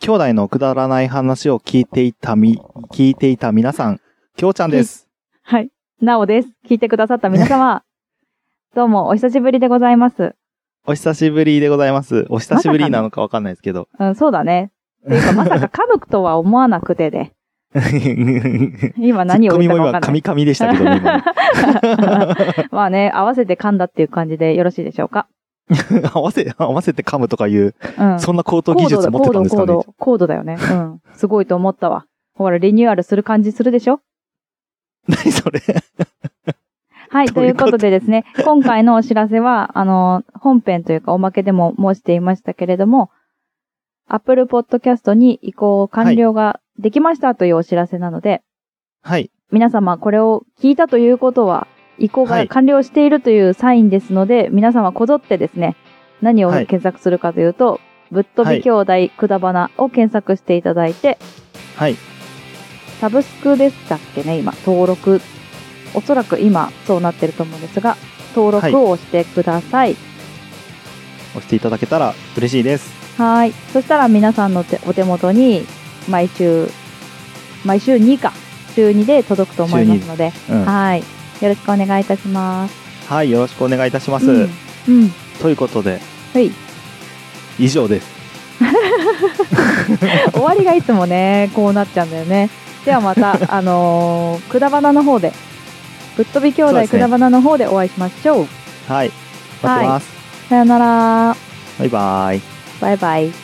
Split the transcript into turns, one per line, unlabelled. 兄弟のくだらない話を聞いていたみ、聞いていた皆さん、きょうちゃんです。
はい。なおです。聞いてくださった 皆様、どうもお久しぶりでございます。
お久しぶりでございます。お久しぶりなのかわかんないですけど。
うん、そうだね。っていうか、まさか 家族とは思わなくてで、今何を
ツッコミ
言った
も
かわ
今、カ
かんな
ミ
い。
カミで したけどね、今ね
まあね、合わせて噛んだっていう感じでよろしいでしょうか。
合わせ、合わせて噛むとかいう、
うん。
そんな高等技術持ってたんです
コ
か
ード、コ
ね
ード、コードだよね。うん。すごいと思ったわ。ほら、リニューアルする感じするでしょ
何それ
はい、
ど
と
うい
いうう
こ
こととでですね、今回のお知らせは、あの、本編というかおまけでも申していましたけれども、Apple Podcast に移行完了ができましたというお知らせなので、
はい。
皆様これを聞いたということは、移行
は
が
い
完了しているというサインですので、皆様こぞってですね、何を
はい
検索するかというと、ぶっ飛
はい
び兄弟くだばなを検索していただいて、
はい。
サブスクでしたっけね、今、登録。おそらく今、そうなってると思うんですが、登録を押してください。
押していただけたら嬉しいです。
はーい。そしたら皆さんのてお手元に、毎週、毎週2か、週2で届くと思いますので、
うん。
はーい。よろしくお願いいたします。
はい、よろしくお願いいたします。
うん。うん。
ということで、
はい。
以上です。
終わりがいつもね、 こうなっちゃうんだよね。では また、あのー、くだばなの方で、ぶっ飛び
そ
兄
うで
弟
すね
くだばなの方でお会いしましょう。
はい。待ってます。
さよなら。
バイバイ。
バイバイ。